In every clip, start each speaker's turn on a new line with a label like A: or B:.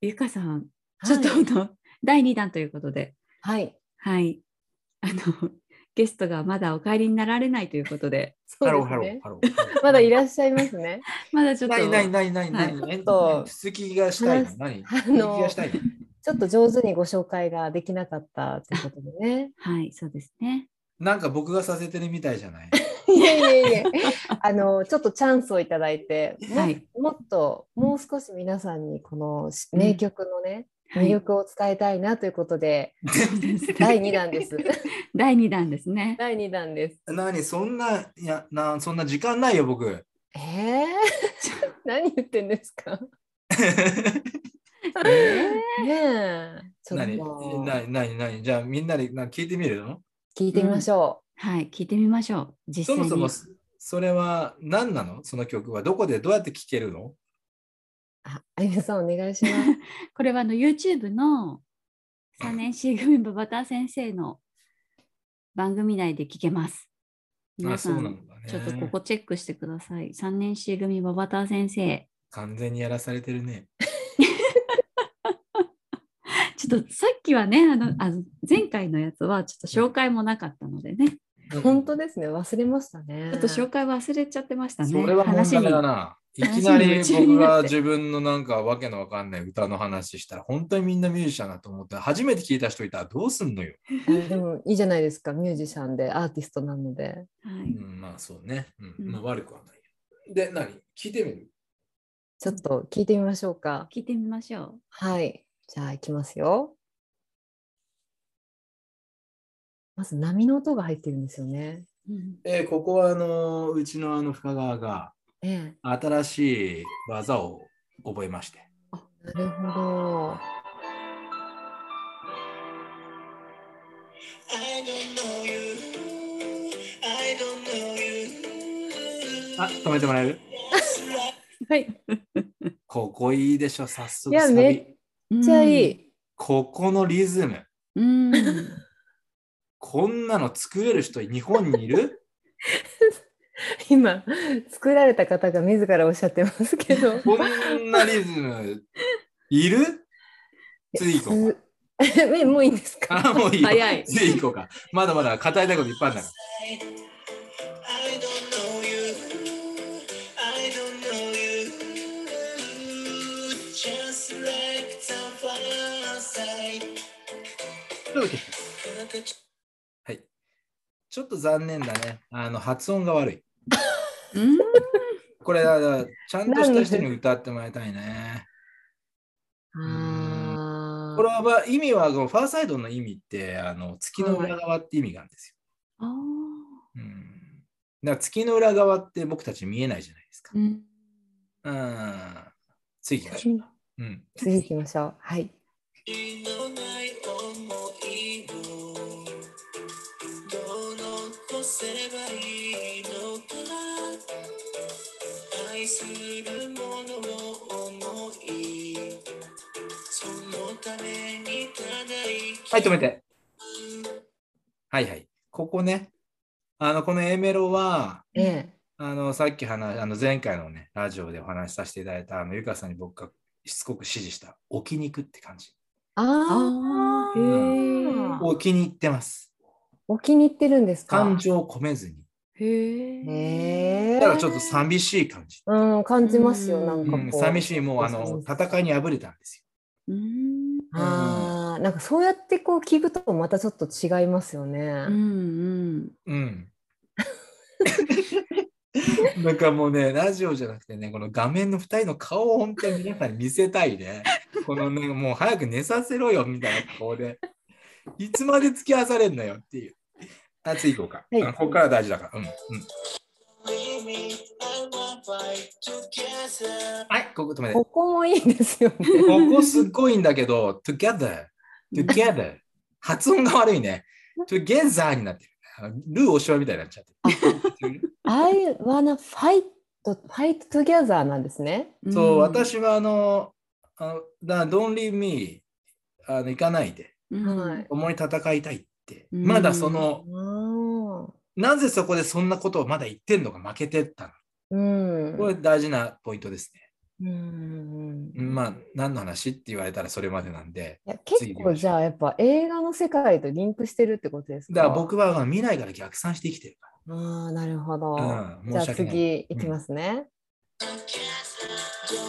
A: ゆかさん、
B: はい
A: ちょっとあの、 第2弾ということで、
B: はい。
A: はい。あの、 ゲストがまだお帰りになられないということで、
B: そう
C: ハ
B: で
C: ロー
B: す
C: ハロー
B: ね。
C: ハ ロー。
B: まだいらっしゃいます ね。
A: まだちょっと、
C: ないないないないない。
B: はい
C: えっ
B: そう
C: と、続きがしたいの。何
B: あ
C: 続き
B: の
C: がしたいの
B: ちょっと上手にご紹介ができなかったということでね。
A: はい、そうですね。
C: なんか僕がさせてるみたいじゃない。
B: いやいやいや。 あのちょっとチャンスをいただいて、も
A: はい
B: もっともう少し皆さんにこのし
A: うん
B: 名曲のね、
A: はい
B: 魅力を伝えたいなということ で、
A: そうですね
B: 第2弾です。
A: 第2弾ですね。
B: 第2弾です。
C: 何そんな、いや、なそんな時間ないよ、僕。
B: えー、 何言ってんですか。ねえ。ちょっ
C: 何
B: と
C: 何何何じゃあみんなでなんか聞いてみるの
B: 聞いてみましょ
A: はい、聞いてみましょう。実
C: そ
A: 際
C: も
A: に。
C: そもそれは何なのその曲はどこでどうやって聴けるの
B: う。あ、あゆみさんお願いします。
A: これはあの YouTube の3年 C 組ババタ先生の番組内で聞けます。皆
C: あ、
A: さ、
C: そうんなんだね。
A: ちょっとここチェックしてください。3年 C 組ババタ先生。
C: 完全にやらされてるね。
A: ちょっとさっきはね、あのあの前回のやつはちょっと紹介もなかったのでね、
B: 本当ですね、忘れましたね。
A: ちょっと紹介忘れちゃってましたね。
C: それは問
A: 話
C: 題
A: に
C: だな。い
A: 話に
C: きなり
A: 夢中に
C: 僕
A: なっ
C: が
A: て
C: 自分のなんかわけのわかんない歌の話したら本当にみんなミュージシャンだと思って初めて聞いた人いたらどうすんのよ。
B: あでもいいじゃないですか、ミュージシャンでアーティストなので。
A: は
C: う
A: い、
C: ん、まあそうね。う
A: うん
C: ん、まあ悪くはないよ。で、何聞いてみる
B: ちょっと聞いてみましょうか。
A: 聞いてみましょ
B: はい、じゃあ行きますよ。まず波の音が入ってるんですよね。
A: う。うん
C: えーここはあのーうちのあの深川が
B: え
C: 新しい技を覚えまして。
B: え、なるほど。
D: I don't know you. I don't know you.
C: あ、止めてもらえる
B: はい、
C: ここいいでしょ、早速
B: いや
C: サビ
B: めっ
A: め
B: めっちゃい。い。
C: ここのリズム。
A: うん、
C: こんなの作れる人日本にいる
B: 今、作られた方が自らおっしゃってますけ ど。
C: こんなリズムいる次行こう
B: す えもういいんですか
C: か。あ、もういいよ。
A: 早い
C: 次行こうか。まだまだ語りたいこといっぱいあるんだか
D: I don't know you. I don't know you. Just like the fireside.
C: ら。ちょっと聞いてちょっと残念だね。あの、発音が悪い。
A: うん、
C: これ、だからちゃんとした人に歌ってもらいたいね。
B: あ
C: これは意味は、このファーサイドの意味って、あの月の裏側って意味があるんです
A: あー
C: よ。うん。だから月の裏側って僕たち見えないじゃないですか。
A: うん
C: うん。次行きましょう。
B: ー。
C: うん。
B: 次行きましょう。はい。
D: のない想いをどう残せばいいのか愛するものを思いそのためにただ
C: はい、
D: 生き
C: 止めて。はいはい。ここね。あの、この A メロは、
B: ええ。
C: あの、さっき話、あの、前回のね、ラジオでお話しさせていただいた、あの、ゆかさんに僕がしつこく指示した、置きに行くって感じ。
B: あ
A: あ
B: あ、へ
C: ー
B: ー
A: お
C: 置きに行ってます。
B: お気に入ってるんですか
C: 感。情を込めずに。
A: へえ。
B: へえ
C: だからちょっと寂しい感じ。
B: うん、感じますよ、
A: うん
B: なんか
C: う
B: こう。
C: ん、寂しい、もう、あ
B: そ
C: の、
B: うそう
C: 戦いに敗れたんです
A: うん、
B: ああ、なんかそうやってこう聞くと、またちょっと違いますよね
A: うん、う。ん、
C: よ。うん。 なんかもうね、ラジオじゃなくてね、この画面の2人の顔を本当に皆さんに見せたいね。このね、もう早く寝させろよみたいな顔で。いつまで付き合わされんのよっていう。あ、次行こうか。
B: はい
C: うんここから大事だから。うん。うん、
D: Leave me, I want fight together
C: はい、ここ止めて。
B: こ
C: こ
B: こもいいですよね。
C: こすっごいんだけど、together, together。発音が悪いね。together になってる。あのルーおしわみたいになっちゃってる。
B: I wanna fight, fight together なんですね。
A: ん
C: そう、、私はあの、あのだ Don't leave me あの行かないで、
A: うん
B: はい
C: 共に戦いたいって、
A: うん
C: まだそ
B: あ
C: の、
B: ー
C: なぜそこでそんなことをまだ言ってんのか負けてった
B: うん
C: の。これ大事なポイントですね。
B: うん
C: まあ、何の話って言われたらそれまでなんで、
B: いや結構じゃあやっぱ映画の世界とリンクしてるってことですか
C: だから僕はまあ未来から逆算して生きてるか
B: ああなるほど、
C: ら。うん、
B: じゃ
C: 申
B: あ
C: し訳ない。
B: 次いきますね、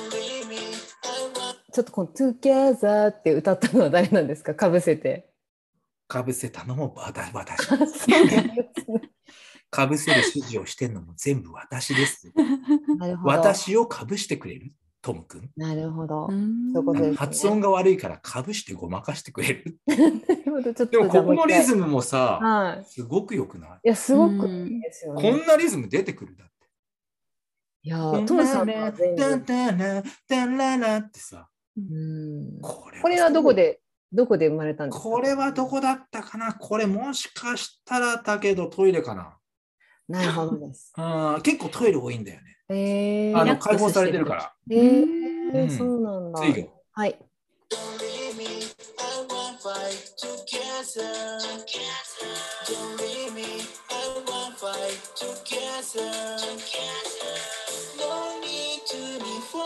B: ちょっとこの「Together」って歌ったのは誰なんですかかぶせて
C: かぶせたのも 私私。
B: そう なんですね
C: かぶせる指示をしてるのも全部私 です。
B: なるほど
C: 私をかぶしてくれるトム君。
B: なるほど、
A: ん
B: そういうことですね
C: 発音が悪いからかぶしてごまかしてくれる。
B: なるほどちょっ
C: でも
B: とじゃ
C: こ
B: あも
C: こ
B: う
C: の
B: 一
C: リ
B: 回
C: ズムもさ、
B: はい
C: すごく良くない
B: いやすごくいいですよね、
C: こんなリズム出てくるだって。
B: いや
C: こん
B: ー
C: な
B: トムさんのは全
C: タ
B: 部
C: ンタラタララってさ、
B: うん
C: これ
B: これはどこでどこで生まれたんですか
C: これはどこだったかなこれもしかしたらだけどトイレかな
B: なるほどです。
C: あー結構トイレ多いんだよね。
B: えー、
C: あ
A: リラッ
C: の
A: クス
C: 解放されてるから。
B: えー
C: うん
B: そうなんだ。
C: 次行こ
B: はい。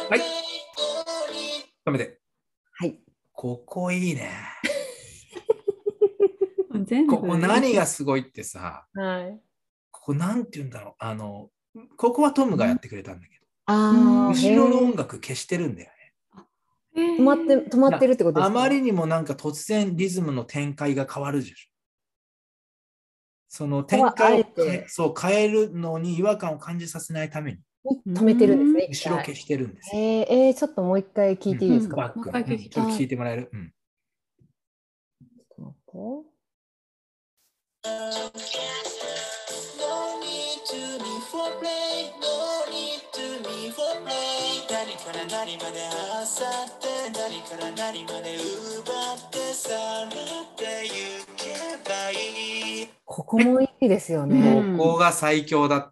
C: はい止めて。
B: はい。
C: ここいいね。
A: 全部
C: ここ何がすごいってさ、
B: はい。
C: ここなんて言うんだろう。あの、ここはトムがやってくれたんだけ
B: あ
A: う
C: ど、
A: ん
B: あ、
C: 後ろの
B: へー
C: 音楽消してるんだよね。
B: 止まって止まってるってことですか。
C: あまりにもなんか突然リズムの展開が変わるでしょ。その展開を
B: ここはあえて
C: そう変えるのに違和感を感じさせないために
B: 止めてるんです
C: 後ろ
B: ね。
C: 消してるんです
B: え
C: よ。
B: ー、えー、ちょっともう一回聞いていいですか。
C: バック
A: もう一回聞
C: うん
A: き
C: ち
A: たい
C: ょっと聞いてもらえる、うん
B: ちょっと待って
D: 何から何まであさって何から何まで奪ってさらってゆけばいい
B: ここもいいですよね。
A: うん
C: ここが最強だった。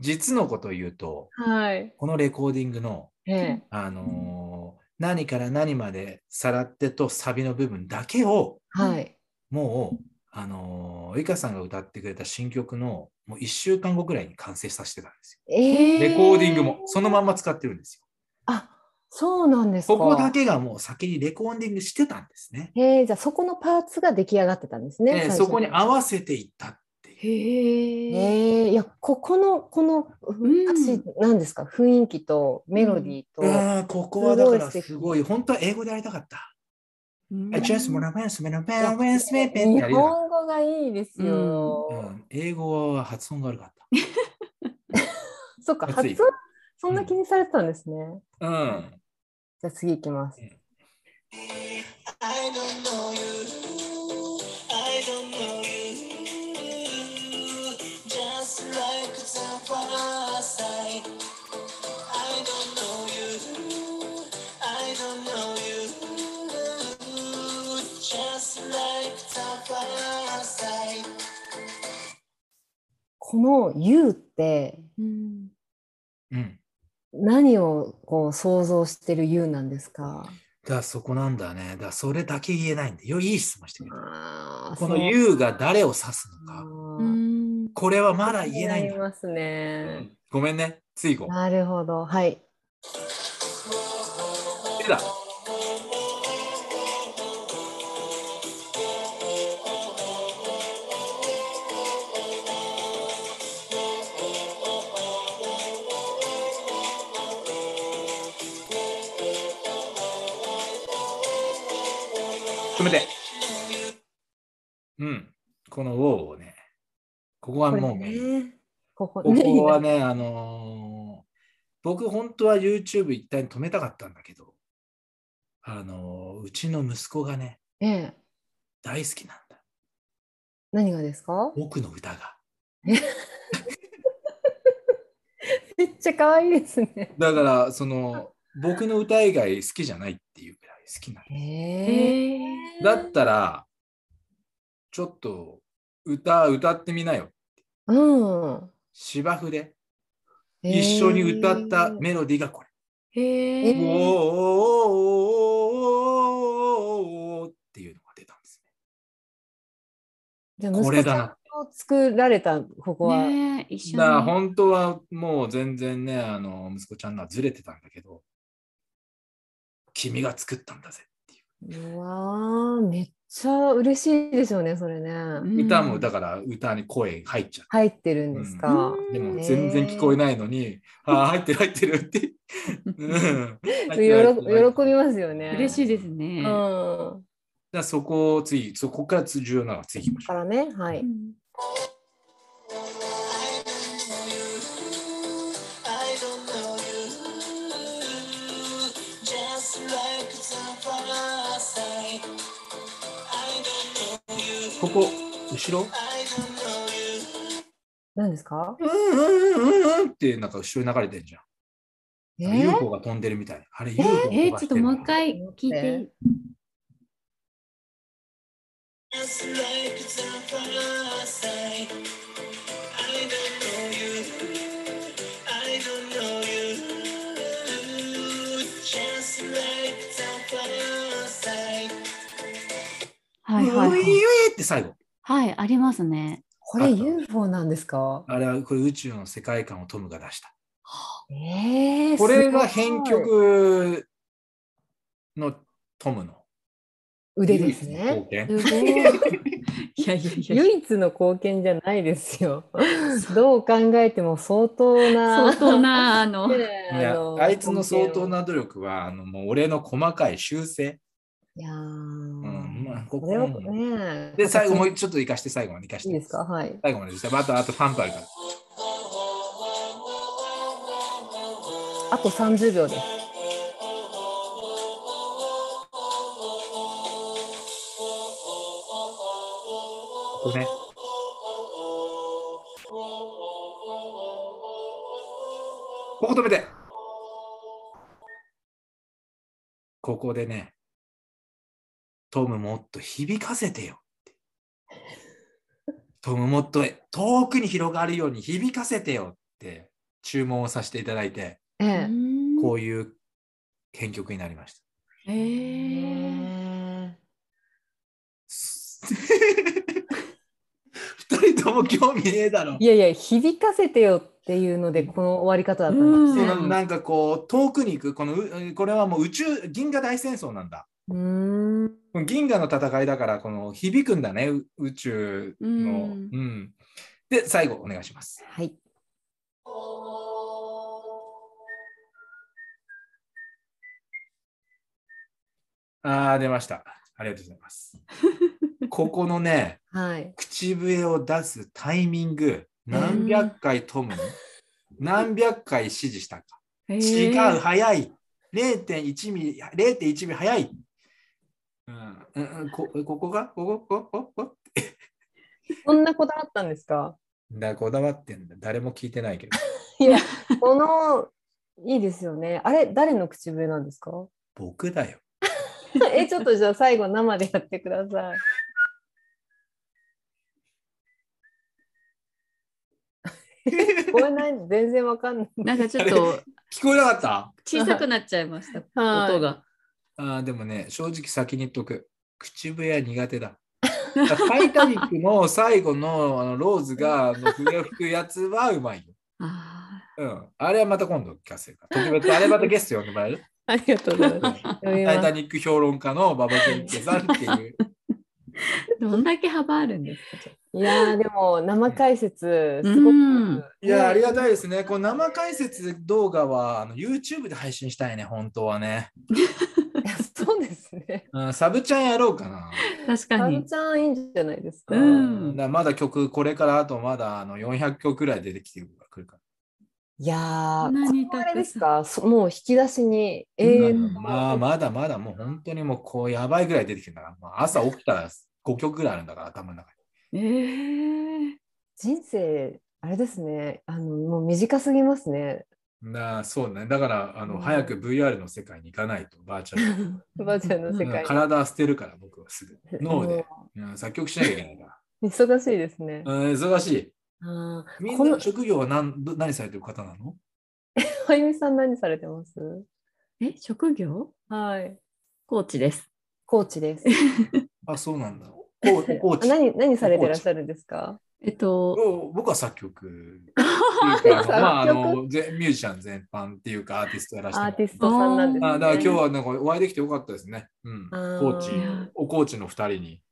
C: 実のことを言うと、
B: はい。
C: このレコーディングの、
B: え
C: あのー何から何までさらってとサビの部分だけを、
B: ー、はい。
C: もう、あのー、ゆかさんが歌ってくれた新曲の、もう1週間後ぐらいに完成させてたんです
B: え
C: よ。レコーディングも、。そのまんま使ってるんですよ。
B: あ、そうなんですか。
C: ここだ。けがもう先にレコーディングしてたんですね。
B: えー、じゃあそこのパーツが出来上がってたんですね。
C: えー
B: 最初
C: そこに合わせていったっていう。
A: へえ。
B: えー、いやここのこの
A: ん
B: 歌詞なんですか、雰囲気とメロディーと、
C: ああ、ここはだから
B: すごい素敵
C: すごい、本当は英語でやりたかった。
A: うん
C: I just wanna dance, wanna dance, wanna
B: 日
C: sleep in ってやりたかっ
B: 本語がいいですよ。
C: たうん英語は発音が悪かっ
B: そっか
C: 熱
B: 発
C: い
B: 音そんな気にされてたんですね。
C: た。うん。
B: じゃあ次いきます。
D: I don't know you. I don't know you. Just like the parasite. I don't know you. I don't know you. Just like the parasite.
B: この You って
A: うん
C: うん。
B: 何をこう想像してる You なんですか。
C: だからそこなんだね。だからそれだけ言えないんで、よいい質問してくれた。
B: あー
C: この
B: そう
C: U が誰を指すの
B: あ
C: か。
A: う
B: ー
A: ん
C: これはまだ言えないん
B: 気に
C: だ。
B: ますね。
C: ごめんね。次行こ
B: なるほどはい。
C: う。次だ。止めて。うん。この「を」をね。ここは
B: これ
C: もうメイン
B: ね。ここ
C: ここは
B: ね。
C: ね、あのー僕本当は YouTube 一旦止めたかったんだけど、あのーうちの息子がね、
B: ええ
C: 大好きなんだ。
B: 何がですか。
C: 僕の歌が。
B: めっちゃ可愛いですね。
C: だから、その、僕の歌以外好きじゃないっていうくらい好きなん
B: へえ
A: へえ。
C: だ。だったら、ちょっと歌、歌ってみなよ。
B: うん。
C: 芝生で一緒に歌ったメロディーがこれ。
A: へ
B: え
C: おーおー
A: え。
C: おーおーおーおーおーおーっていうのが出たんですね。
B: じゃあ息子
C: これだな。
B: さんを作られた、ここは。
A: ねえ一
C: だから
A: 緒に。
C: 本当はもう全然ね、あの息子ちゃんのはずれてたんだけど、君が作ったんだぜっていう
B: わーめっちゃ嬉しいでしょうね、それね。
C: う。歌も
A: だ
C: だから歌に声入っちゃ
B: 入ってるんですか。
C: う。でも全然聞こえないのに、ああ、入ってる入ってるって。 うん
B: 喜喜びますよね。
A: 嬉しいです
B: う
A: ね。
B: ん。
A: う
C: じゃあそこを次、そこから重要なのは次行きまし
B: か
C: ょう。
B: らね、はい。
A: ん
D: I don't know you just like the first time.
C: ここ、後ろ、
D: I don't know you.
B: 何ですか
C: うんうんうんうんってなんか後ろに流れてんじゃん。
B: え
C: なんか UFO が飛んでるみたい。あれ UFO が飛ばしてる
A: えー、ちょっともう一回聞いていい
D: Just like the first time. I don't know you. I don't know you. Just like the first time.
A: はいは
C: う
A: い、
C: い
A: はい。
C: ういって最後。
A: はい、ありますね。
B: これ UFO なんですか
C: あれはこれ宇宙の世界観をトムが出した。
B: えー、
C: これが
B: すごい
C: 編曲のトムの
B: 腕です
C: 貢
B: ね。
C: 献。
A: すごい。いやいやいやいや。
B: 唯一の貢献じゃないですよ。どう考えても相当な。
A: 相当な、あの、
B: ね
C: い
B: え。
C: や
B: の
C: あいつの相当。な努力はあのもう俺の細かい修正。
B: いやー
C: うんまあここ
B: これをね。
C: で最後もうちょっと生かして最後まで生かし
B: い
C: て。
B: いですかはい。
C: 最後まで実際あとあとパンプあるから。
B: あと30秒です。
C: ここね。ここ止めて。ここでね、トムもっと響かせてよって。トムもっと遠くに広がるように響かせてよって注文をさせていただいて、
A: う
B: ええ。
A: ん
C: こういう編曲になりました。
A: へえ。
C: 二人とも興味ねえだろ
B: い。やいや、響かせてよっていうので、この終わり方だったんです
C: そ
B: ね。
C: のなんかこう遠くに行くこのうこれはもう宇宙銀河大戦争なんだ
B: うーん。
C: 銀河の戦いだからこの響くんだねう宇宙の、
A: うん
C: うんで最後お願いします
B: はい。
C: あー出ましたありがとうございますここのね
B: はい。
C: 口笛を出すタイミング何百回トムに何百回指示したか違う、早い。0.1ミリ、0.1ミリ早い。うん、うんうんこここがここここここ
B: こんなこだわったんですか
C: だこだわってんだ。誰も聞いてないけど。
B: い や、この、いいですよね。あれ、誰の口笛なんですか
C: 僕だよ。
B: え、ちょっとじゃあ最後生でやってください。 聞こえないの全然わかんない。
A: なんかちょっと
C: 聞こえなかった
A: 小さくなっちゃいました、
B: はい
A: 音が。
C: あーでもね、正直先に言っとく。口笛は苦手 だ。だからタイタニックの最後のあのローズがあの笛を吹くやつはうまいよ。
A: あ
C: うん。あれはまた今度聞かせるから。特別、あれまたゲスト呼んでもらえる
B: ありがとうございます。読み
C: タイ
B: ま
C: タ
B: す
C: ニック評論家の馬場健介さんっていう。
A: ーどんだけ幅あるんですか。
B: いやーでも生解説すご
A: う
B: く、
A: ん
C: いや、ありがたいですね。この生解説動画はあの YouTube で配信したいね、本当はね。
B: いや そうですね。
C: うん、サブちゃんやろうかな。
A: 確
B: あ
A: か
B: の
A: に。
B: ちゃんいいんじゃないですか。
A: うん
C: だからまだ曲、これからあとまだあの400曲くらい出てきてくるか
B: いやー
A: こんなに
B: これはあれ
A: たくさん
B: ですかそもう引き出しに永
C: ら。
A: えー
B: 遠の、
C: まあ、まだまだもう本当にもうこうやばいぐらい出てきてるんだから、まあ、朝起きたら5曲ぐらいあるんだから、頭の中
A: ええ。
B: 人生あれですねあのもう短すぎますね。
C: に。なあそうね。だから、あの、
B: うん
C: 早く VR の世界に行かないと、バーチャル。
B: おばあちゃんの世
C: うん
B: 界。
C: 体は捨てるから、僕はすぐ。脳で、
B: も
C: うん、作曲しなきゃいけないから。
B: う忙しいですね。
C: うん、忙しい。
B: あー
C: み
B: こ
C: ん
B: の
C: な職業は何ど何されてる方なの
B: あゆみさん何されてます？
A: え、職業
B: はい。
A: コーチです。
B: コーチです。
C: あ、そうなんだ。こう、コー
B: あ
C: チ。
B: 何何されてらっしゃるんですか？
A: えっと、
C: お僕は作曲っていうか。
B: 作曲
C: まあ、あの、ぜミュージシャン全般っていうか、アーティストやらせても
B: アー
C: らっ
B: テ
C: て
B: ィストさんなんです、ね。
C: あだから今日はなんかお会いできてよかったですね。うん。コ
B: あー
C: ーチ
A: い、や
C: おコーチの2人に。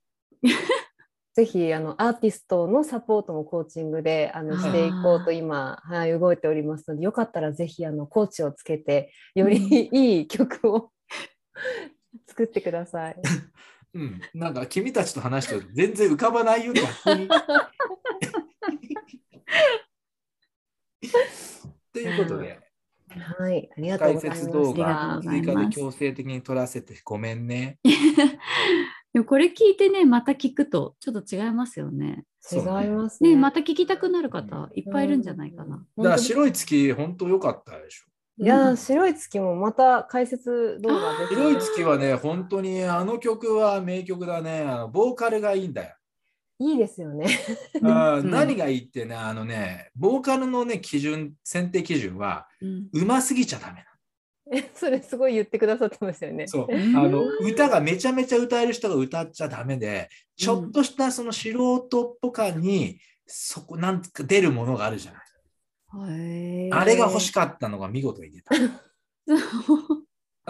B: ぜひあのアーティストのサポートもコーチングであの
C: はい
B: していこうと今、はい、動いておりますのでよかったらぜひあのコーチをつけてよりいい曲を 作ってください。
C: うん。なんか君たちと話してると全然浮かばないように勝手に。ということで、
B: はい、ありがとう
C: 解
B: ございま
C: 説
B: す。
C: 動
A: あ
C: 画
A: りがとうご、ざいます
C: 追加で強制的に撮らせてごめんね。
A: でもこれ聞いてね、また聞くとちょっと違いますよね。
B: 違いますね。
A: ね、また聞きたくなる方いっぱいいるんじゃないかな。
C: だから
B: 本当
C: 白い月、本当良かったでしょ。
B: いやー白い月もまた解説動画です、
C: 白い月はね、本当にあの曲は名曲だね。あのボーカルがいいんだよ。
B: いいですよね。
C: あー
A: うん
C: 何がいいってね、あのね、ボーカルのね、基準、選定基準は、
A: うん
C: うますぎちゃダメな
B: それすごい言ってくださってましたよね
C: の。。そう。
A: うん
C: あの、歌がめちゃめちゃ歌える人が歌っちゃダメで、ちょっとしたその素人っぽ感に、そこ、なんか出るものがあるじゃない。
A: へー
C: あれが欲しかったのが見事に 出た。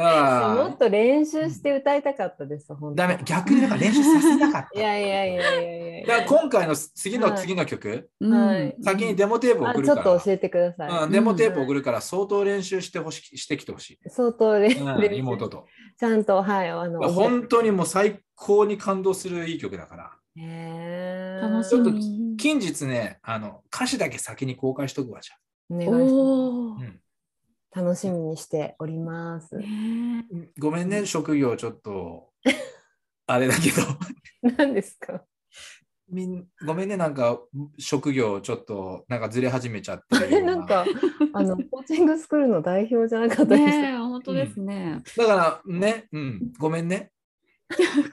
C: あ
B: も
C: ー
B: っと練習して歌いたかったです。本当
C: ダメ。逆になんか練習させなかっ
B: い
C: た。
B: やいやいやいやいやい
C: だから
B: や。
C: 今回の次の
B: はい
C: 次の曲、
A: うん
B: はい
C: 先にデモテープを
B: あ
C: 送る
B: ちょ
C: か
B: っ
C: ら。
B: と教えてください。
C: うん、デモテープ送るから相当練習してほししてきてほしい。
B: 相当練
C: うん、
B: 練習
C: 妹と。
B: ちゃんとはいあの
C: 本当にもう最高に感動するいい曲だから。
B: へー
A: 楽し
C: ちょっと
A: み。
C: 近日ね、あの歌詞だけ先に公開しとくわじ
B: お願いしま
A: おお
C: ゃん。う。ん
B: す楽しみにしております。
A: ねえ
C: ごめんね、職業ちょっと。あれだけど
B: 何ですか？
C: みん、ごめんね、なんか職業ちょっとなんかずれ始めちゃってる
B: え
C: よう な
B: なんかあのコーチングスクールの代表じゃなかったです。
A: ねえ、本当ですね。
C: だからね、うん、ごめんね。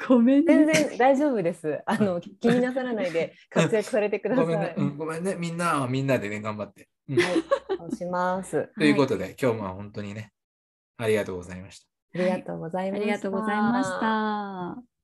A: ごめん
B: 全
A: ね。
B: 然大丈夫です。あの気になさらないで活躍されてくださ
C: ご
B: い。
C: めんね、うん、ごめんね、みんなはみんなでね、頑張って。うん
B: はい、そうします。
C: ということで、今日も本当にね、ありがとうございました。
B: ありがとうござい
A: あ
B: ました。
A: りがとうございまし。た。